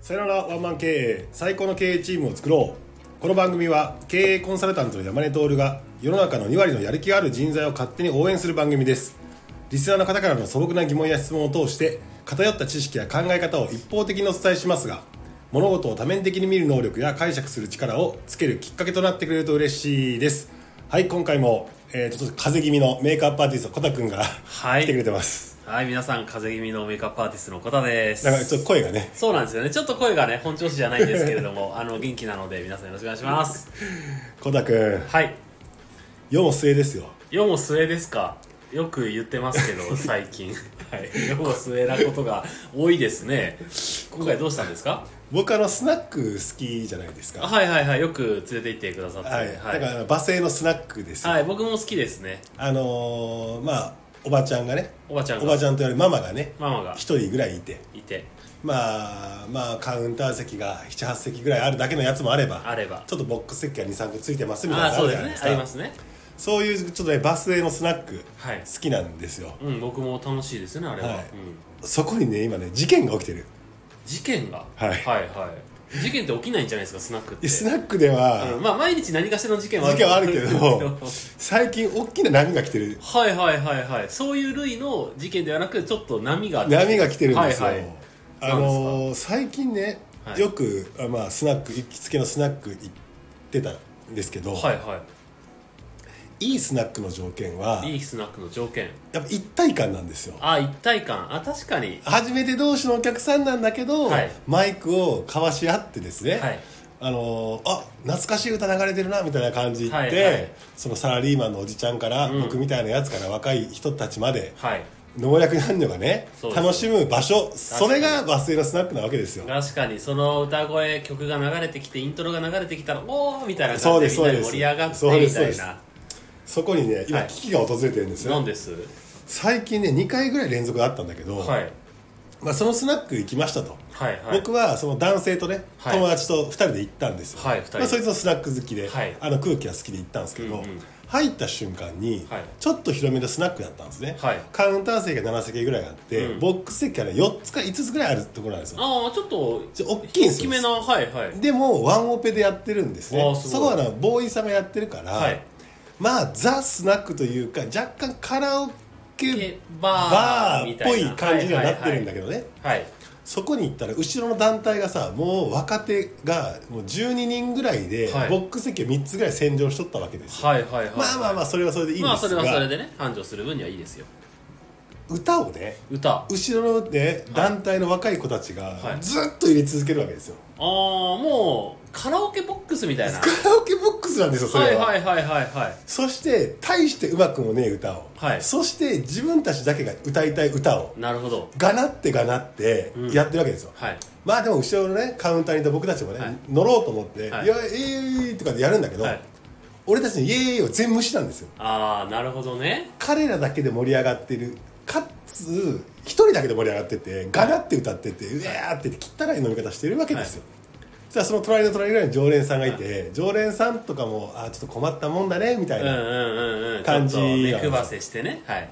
さよならワンマン経営最高の経営チームを作ろうこの番組は経営コンサルタントの山根徹が世の中の2割のやる気がある人材を勝手に応援する番組ですリスナーの方からの素朴な疑問や質問を通して偏った知識や考え方を一方的にお伝えしますが物事を多面的に見る能力や解釈する力をつけるきっかけとなってくれると嬉しいですはい今回も、えーちょっと風邪気味のメイクアップアーティストコタくんがはい来てくれてますはい、皆さん、風邪気味のメイクアップアーティストの方です。なんかちょっと声がねそうなんですよね。ちょっと声がね、本調子じゃないんですけれど も、あの、元気なので、皆さんよろしくお願いします。コタくんはい。世も末ですよ世も末ですかよく言ってますけど、最 近。はい。世も末なことが多いですね。今回どうしたんですか僕あのスナック好きじゃないですあかはいはいはい。よく連れて行ってくださって。はい、はだかい。らあの馬製のスナックです、はい、僕も好きですね。あのーまあおばちゃんがねおばちゃんがおばちゃんと言われるママがねママが一人ぐらいいていて、まあまあカウンター席が78席ぐらいあるだけのや つもあればあれば。ちょっとボックス席が23個ついてますみたいなあのがあ、あそうるじでゃすないねで。すあかりますね。そういうちょっとねバスへのスナックはい好きなんですよ、うん、僕も楽しいですね、あれは。はいうんそこにね今ね事件が起きてる事件が、はいはいはい事件って起きないんじゃないですかスナックっでてスナックでは、うんまあ毎日何かしらの事件はあ事る件はあるけどと思うんです最近大きな波が来てるけど はいはいはいはいそういう類の事件ではなくちょっと波が波が来てるんですよ、はいはいあのー最近ね、はいよくあまあスナック行きつけのスナック行ってたんですけど、、はいはいいスナックの条件はいいいスナックの条件やっぱ一体感なんですよあ一体感あ確かに初めて同士のお客さんなんだけど、はいマイクを交わし合ってですね、はいあのーあ懐かしい歌流れてるなみたいな感じで、はいはいそのサラリーマンのおじちゃんから、僕みたいなやつから若い人たちまではい農薬男女がねそうです楽しむ場所それがバス停のスナックなわけですよ確かにその歌声曲が流れてきてイントロが流れてきたらおーみたいなそう感でじすでそうでみんなです盛り上がってそうでみすそうたでいすなそこにね今はい危機が訪れてるんですよ、なんです最近ね2回ぐらい連続あったんだけど、はいまあ、そのスナック行きましたと、はいはい僕はその男性とね、はい友達と2人で行ったんですよ、はい二人でまあ、そいつのスナック好きで、はいあの空気が好きで行ったんですけど、うんうん入った瞬間に、はいちょっと広めのスナックだったんですね、はいカウンター席が7席ぐらいあって、うんボックス席から4つか5つぐらいあるところなんですよああちょっとちょ大きいんです大きよめなはいはいでもワンオペでやってるんですあねーすごいそこはなボーイさんがやってるから、はいまあザ・スナックというか若干カラオケババーーみったぽいいな感じにはなってるんだけどね、はいはいそこに行ったら後ろの団体がさもう若手がもう12人ぐらいで、はいボックス席を3つぐらい占領しとったわけですよ、はいはいはいまあまあまあそれはそれでいいんまあでそすれが、はそれでね繁盛する分にはいいですよ歌をね歌あ後ろの、ね、団体の若い子たちがはいずっと入れ続けるわけですよ、あもうカラオケボックスみたいなはカラオケボックスなんですよそれいは、はいはいはいはいそして大してうまくもねえ歌を、はいそして自分たちだけが歌いたい歌をなるほどがなってがなってうんやってるわけですよ、はいまあでも後ろのねカウンターにいた僕たちもね、はい乗ろうと思って「、はいいやイエーイ!」とかでやるんだけど、はい俺たちの「イエーイ!」を全無視なんですよああなるほどね彼らだけで盛り上がってるかつ一人だけで盛り上がっててガラって歌っててうわーって汚い飲み方してるわけですよ、じゃあその隣の隣ぐらいに常連さんがいて、常連さんとかも「あーちょっと困ったもんだね」みたういんうな、んうんうん感じちょっと目くばせしてねはい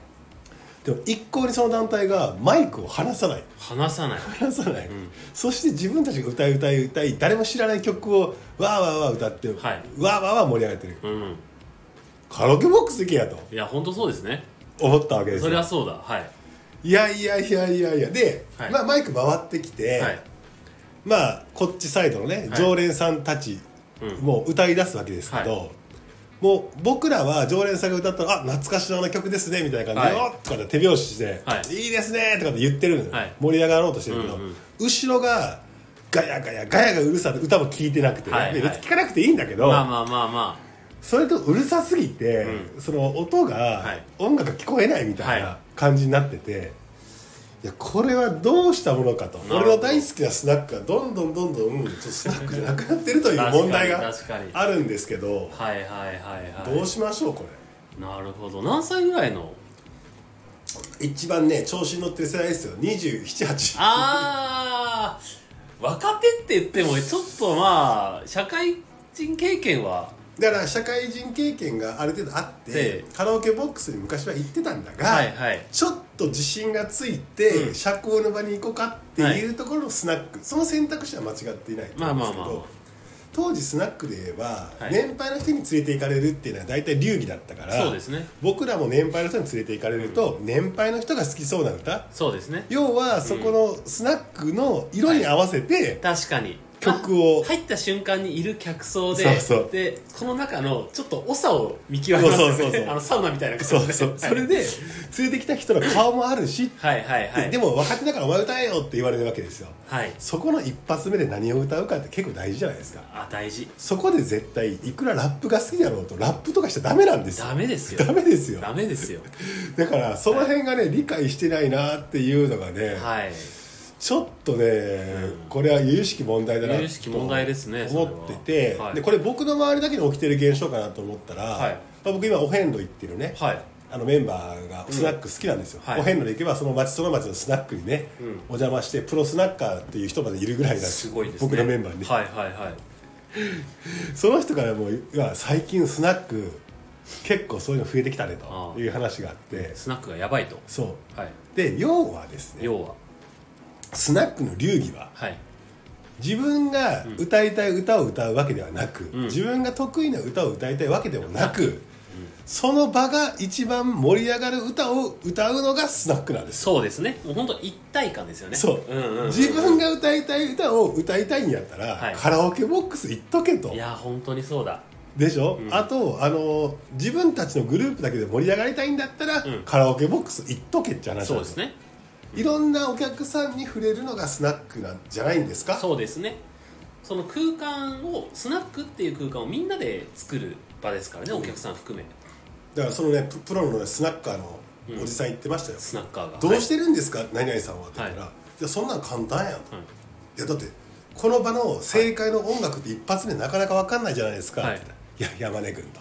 でも一向にその団体がマイクを離さない話さない離さない、そして自分たちが歌い歌い歌い誰も知らない曲をわーわーわー歌って、わはいーわーわー盛り上がってるうんカラオケボックス行けやといや本当そうですね思ったわけですそれよはそうだはいいやいやいやいやいやで、はいまあ、マイク回ってきて、はいまあこっちサイドのね、はい常連さんたちうんもう歌い出すわけですけど、はもう僕らは常連さんが歌ったら「あ懐かしのあの曲ですね」みたいな感じで「はいおっ!」とかで手拍子して「はいい、いですね」とかで言ってるのよ、はい盛り上がろうとしてるけど、うんうん後ろがガヤガヤガヤがうるさくて歌も聴いてなくてね、はいはいで別に聴かなくていいんだけど、まあまあまあまそれとうるさすぎて、うその音はがい音楽が聞こえないみたいはない感じになってて、い、やこれはどうしたものかとるほど俺の大好きなスナックがどんどんどんどんちょっとスナックじゃなくなってるという確かに問題が確かにあるんですけどあはいはいはいはいどうしましょうこなるほど何歳ぐらいのれ一番ね調子に乗ってる世代ですよ278あー若手って言ってもちょっとまあ社会人経験はだから社会人経験がある程度あってでカラオケボックスに昔は行ってたんだが、はいはいちょっと自信がついて、うん社交の場に行こうかっていうところのスナック、その選択肢は間違っていないと思うんですけど、まあまあまあ当時スナックで言えば、はい年配の人に連れて行かれるっていうのは大体流儀だったからそうですね僕らも年配の人に連れて行かれると、年配の人が好きそうな歌そうですね要はそこのスナックの色に合わせて確かに曲をあ入った瞬間にいる客層でそうそうでこの中のちょっと長を見極めますそうそうそうそうあのサウナみたいなそ感じう でそう はいそれで連れてきた人の顔もあるしはいはいはいでも若手だからお前歌えよって言われるわけですよはいそこの一発目で何を歌うかって結構大事じゃないですかあ大事そこで絶対いくらラップが好きだろうとラップとかしちゃダメなんですよダメですよダメですよダメですよだからその辺がね理解してないなっていうのがねはいちょっとねこれは由々しき問題だな由々しき問題ですねと思っててそれははいでこれ僕の周りだけに起きてる現象かなと思ったらはいまあ僕今お遍路行ってるねはいあのメンバーがスナック好きなんですよ、うんはいお遍路で行けばその町その町のスナックにね、んお邪魔してプロスナッカーっていう人までいるぐらいなんですすごいですね僕のメンバーに、はいはいはいその人からもういや最近スナック結構そういうの増えてきたねあとあいう話があってスナックがやばいとそはいうで要はですね要はスナックの流儀ははい自分が歌いたい歌を歌うわけではなく、ん自分が得意な歌を歌いたいわけでもなく、その場が一番盛り上がる歌を歌うのがスナックなんですそうですねもう本当一体感ですよねそう、んうん、自分が歌いたい歌を歌いたいんやったら、はいカラオケボックス行っとけといや本当にそうだでしょ、あとあの自分たちのグループだけで盛り上がりたいんだったら、うんカラオケボックス行っとけって話なんそうですねいろんなお客さんに触れるのがスナックなんじゃないんですかそうですねその空間をスナックっていう空間をみんなで作る場ですからね、お客さん含めだからそのねププロのねスナッカーのおじさん言ってましたよ、スナッカーがどうしてるんですか、何々さんはって言ったら、、はいやそんなん簡単やんと、はいいやだってこの場の正解の音楽って一発目なかなか分かんないじゃないですか、はいって言ったらいや山根君と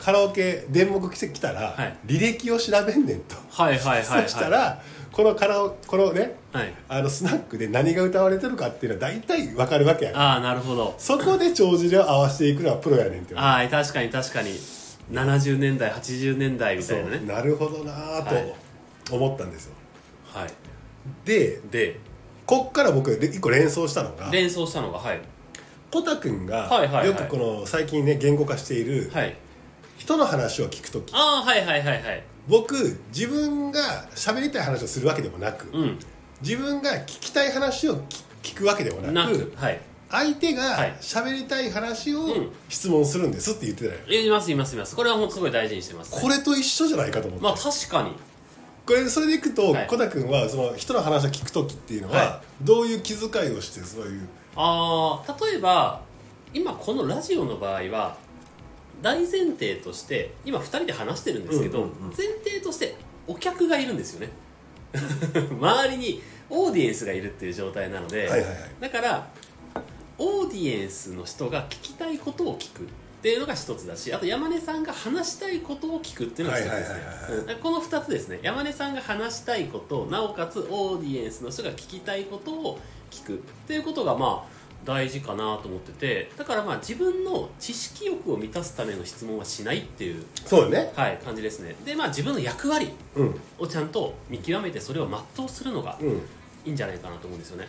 カラオケ電目来て来たら、はい履歴を調べんねんと、はいはいはいはいそしたらこのカラオこのねはいあのスナックで何が歌われてるかっていうのは大体分かるわけやんああなるほどそこで帳尻を合わせていくのはプロやねんってああ確かに確かに70年代80年代みたそいなうねなるほどなはぁいと思ったんですよ、はいででこっから僕で一個連想したのが連想したのがはいコタくんがはいはいはいよくこの最近ね言語化しているはい人の話を聞く時ああはいはいはいはい僕自分が喋りたい話をするわけでもなく、うん自分が聞きたい話をき聞くわけでもなくなくはい相手はがい喋りたい話うをん質問するんですって言ってたよ、いますいますいますこれは本当すごい大事にしてますねこれと一緒じゃないかと思って、まあ確かにこれそれでいくと、はいコタくんはその人の話を聞く時っていうのは、はどういう気遣いをしてそういうあー例えば今このラジオの場合は大前提として今2人で話してるんですけど、うんうんうん前提としてお客がいるんですよね 周りにオーディエンスがいるっていう状態なのはいで、はいはいだからオーディエンスの人が聞きたいことを聞くっていうのが一つだしあと山根さんが話したいことを聞くっていうのが一つですねはいはいはいはいうんだからこの2つですね山根さんが話したいことなおかつオーディエンスの人が聞きたいことを聞くっていうことがまあ大事かなと思っててだからまあ自分の知識欲を満たすための質問はしないっていう、そうねはい、感じですねでまあ自分の役割うんをちゃんと見極めてそれを全うするのがうんいいんじゃないかなと思うんですよね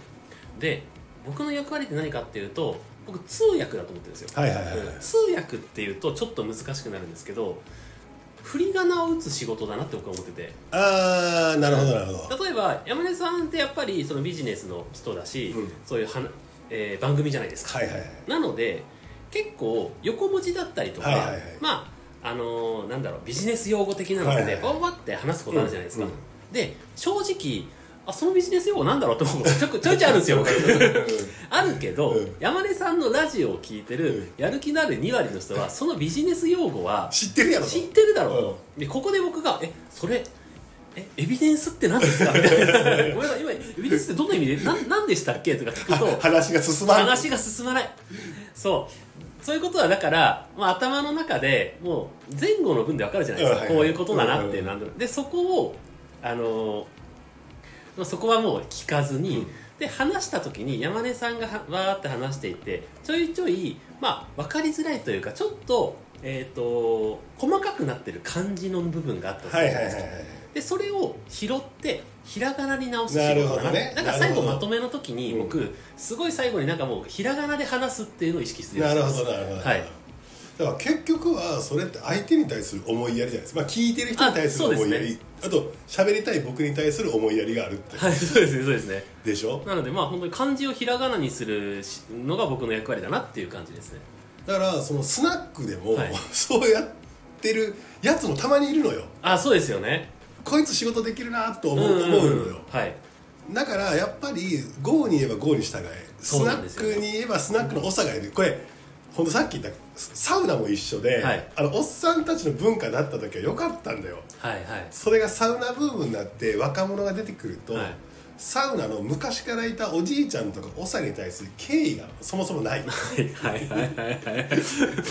で僕の役割って何かっていうと僕通訳だと思ってるんですよ、はいはいはいはいうん通訳っていうとちょっと難しくなるんですけど振り仮名を打つ仕事だなって僕は思っててああなるほどなるほど例えば山根さんってやっぱりそのビジネスの人だし、うんそういうはな、えー番組じゃないですか、はいはいはいなので結構横文字だったりとか、はいはいはいまああのーなんだろうビジネス用語的なのはで、いはいはいバンバンって話すことあるじゃないですか、うんうんで正直あそのビジネス用語なんだろうって思うことちょくちょいちょいあるんで すよあるけど、うん山根さんのラジオを聞いてる、うんやる気のある2割の人はそのビジネス用語は知ってるやろと知ってるだろう、でここで僕が「えそれえエビデンスって何ですか?」みたいな「ごめんなさい今エビデンスってどんな意味でなん何でしたっけ?」とか聞くはと話が進まん話が進まないそうそういうことはだから、まあ、頭の中でもう前後の分で分かるじゃないですか、うんはいこういうことだなってうんなんとなくでそこをあのーまあそこはもう聞かずに、で話した時に山根さんがはわーって話していてちょいちょい、まあ、分かりづらいというかちょっと,、えー、と細かくなってる感じの部分があったそうはいなんはいではいすはよいでそれを拾ってひらがなに直すな仕る事ほどねなんか最な後るほどまとめの時にうん僕、すごい最後になんかもうひらがなで話すっていうのを意識するようなにるほしてどなるほど、はいだから結局はそれって相手に対する思いやりじゃないですか、まあ、聞いてる人に対するあそうです思いねやりあ,、と喋りたい僕に対する思いやりがあるって はいそうですねそうですねでしょなのでまあ本当に漢字をひらがなにするしのが僕の役割だなっていう感じですねだからそのスナックでも、はい そうやってるやつもたまにいるのよあそうですよねこいつ仕事できるなとう思んう,、うん思うのうんよはいだからやっぱり GO に言えば GO に従えスそうナなんでッすよクに言えばスナックの長がいるこれほんとさっき言ったサウナも一緒で、はいあのおっさんたちの文化だった時は良かったんだよはいはいそれがサウナブームになって若者が出てくると、はいサウナの昔からいたおじいちゃんとかおさに対する敬意がそもそも ないはいはいはいはい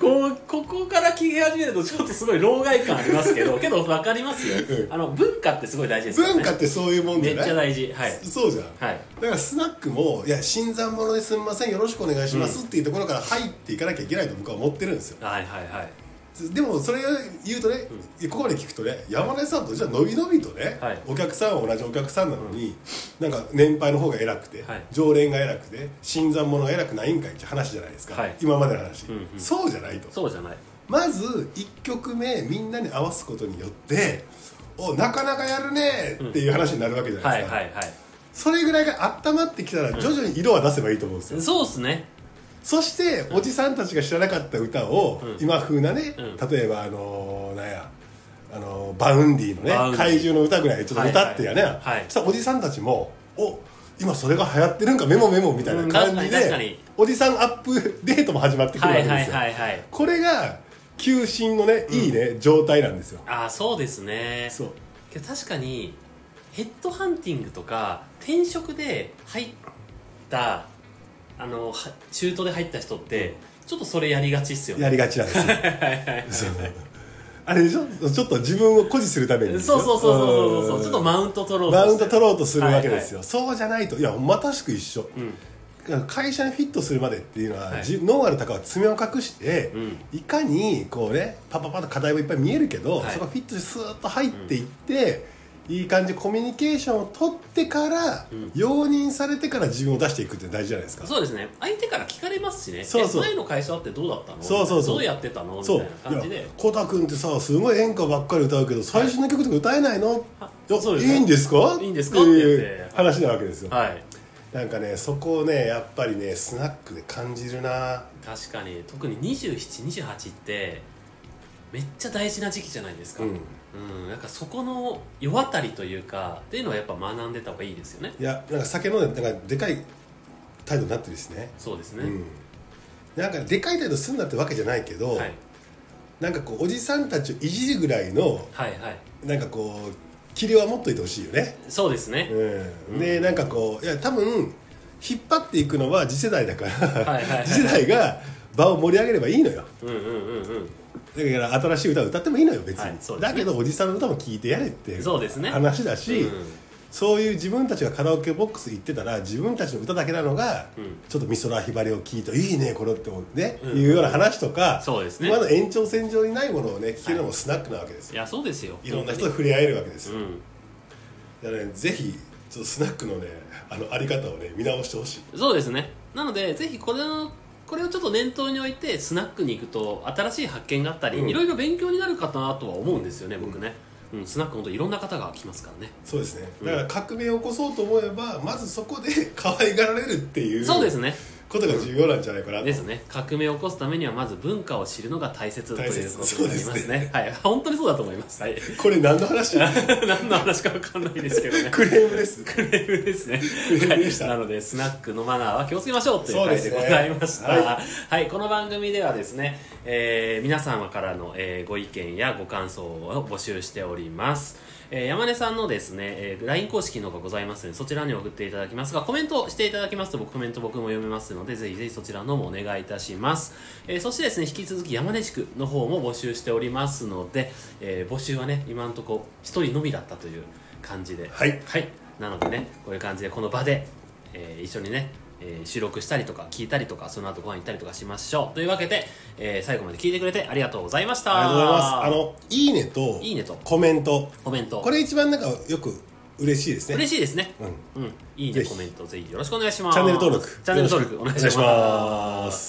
こうここから聞き始めるとちょっとすごい老害感ありますけどけど分かりますよ、うあの文化ってすごい大事ですよね文化ってそういうもんじゃめっないちゃ大事はいそうじゃん、はいだからスナックも「いや新参者ですんませんよろしくお願いします」っていうところから入っていかなきゃいけないと僕は思ってるんですよはいはいはいでもそれを言うとね、ここまで聞くとね山根さんとじゃあのびのびとね、はいお客さんは同じお客さんなのに、なんか年配の方が偉くて、はい常連が偉くて新参者が偉くないんかいって話じゃないですか、はい今までの話、んうんそうじゃないとそうじゃないまず1曲目みんなに合わすことによっておなかなかやるねっていう話になるわけじゃなはいいですか、はいはいそれぐらいが温まってきたら徐々に色は出せばいいと思うんですよ、そうっすねそしておじさんたちが知らなかった歌を今風なね、う例えばあのーなんやあのーバウンディのバウンねディ怪獣の歌ぐらいちょっと歌ってやね、はいはいはいそしたらおじさんたちもお今それが流行ってるんかメモメモみたいな感うじん確かに確かでにおじさんアップデートも始まってくるわはけでいすよ、はいはいはいこれが求心のねいいね、状態なんですよああそうですねそうけど確かにヘッドハンティングとか転職で入ったあのは中東で入った人ってちょっとそれやりがちっすよねやりがちなん ですよそうあれでしょちょっと自分を誇示するためにそうそうそうそうそうそううんちょっとマウント取ろうとしマてウント取ろうとするわけですよ、そうじゃないといやまさしく一緒、ん会社にフィットするまでっていうのは、はいじノーアルタカは爪を隠して、んいかにこうねパパパッと課題もいっぱい見えるけど、はいそこがフィットしてスーッと入っていって、いい感じでコミュニケーションを取ってから、容認されてから自分を出していくって大事じゃないですかそうですね相手から聞かれますしねそうそうえ前の会社ってどうだったのそうそうそうどうやってたのみたそいうな感じいやでコタ君ってさすごい演歌ばっかり歌うけど最新の曲とか歌えないの、はいやそうですいいんですかいいんですかっていって言うって話なわけですよ、はいなんかねそこをねやっぱりねスナックで感じるな確かに特に2728ってめっちゃ大事な時期じゃないですか、うんうんなんかそこの世渡りというかっていうのはやっぱ学んでた方がいいですよねいやなんか酒飲んでなんかでかい態度になってるしねそうですね、うんなんかでかい態度すんなってわけじゃないけど、はい、なんかこうおじさんたちをいじるぐらいのはいはいなんかこう気量は持っといてほしいよね、そうですね、うん、でなんかこういや多分引っ張っていくのは次世代だから、はいはいはい次世代が場を盛り上げればいいのようん、うんうんうんだから新しい歌を歌ってもいいのよ別に、はいそうですだねけどおじさんの歌も聴いてやれっていうそうですね話だし、うんそういう自分たちがカラオケボックス行ってたら自分たちの歌だけなのが、んちょっと美空ひばりを聴いて「いいねこれ」って思ってね、いうような話とかそうですね今の延長線上にないものをね聴けるのもスナックなわけですいよ、やそうですよい、ろんな人と触れ合えるわけですよ、うんだからねぜひちょっとスナックのねあのあり方をね見直してほしいそうですねなのでぜひこれをこれをちょっと念頭に置いてスナックに行くと新しい発見があったり、うんいろいろ勉強になるかなとは思うんですよね、僕ね、うん、スナック本当いろんな方が来ますからねそうですねだから革命を起こそうと思えばまずそこで 可愛がられるっていうそうですねことが重要なんじゃないかなと ですね革命を起こすためにはまず文化を知るのが大切という大切ことになりますねはい本当にそうだと思いま すはいこれ何の話何の話か分かんないですけどねクレームですクレームですねレームでしたはいなのでスナックのマナーは気をつけましょうというそうで回すでねございました、はいはいこの番組ではですね、えー皆様からの、えーご意見やご感想を募集しております、えー山根さんのですね、えー LINE 公式の方がございますのでそちらに送っていただきますがコメントしていただきますと僕コメント僕も読めますのでぜひぜひそちらのもお願いいたします、えーそしてですね引き続き山根宿の方も募集しておりますので、えー募集はね今のところ1人のみだったという感じではいはい、なのでねこういう感じでこの場で、えー一緒にね、えー収録したりとか聞いたりとかその後ご飯行ったりとかしましょうというわけで、えー最後まで聞いてくれてありがとうございましたありがとうございますあの「いいね」といいねとコメントコメントこれ一番なんかよく嬉しいですね嬉しいですねうんうんいいぜねひコメントぜひよろしくお願いしますチャンネル登録チャンネル登録お願いしますお願いします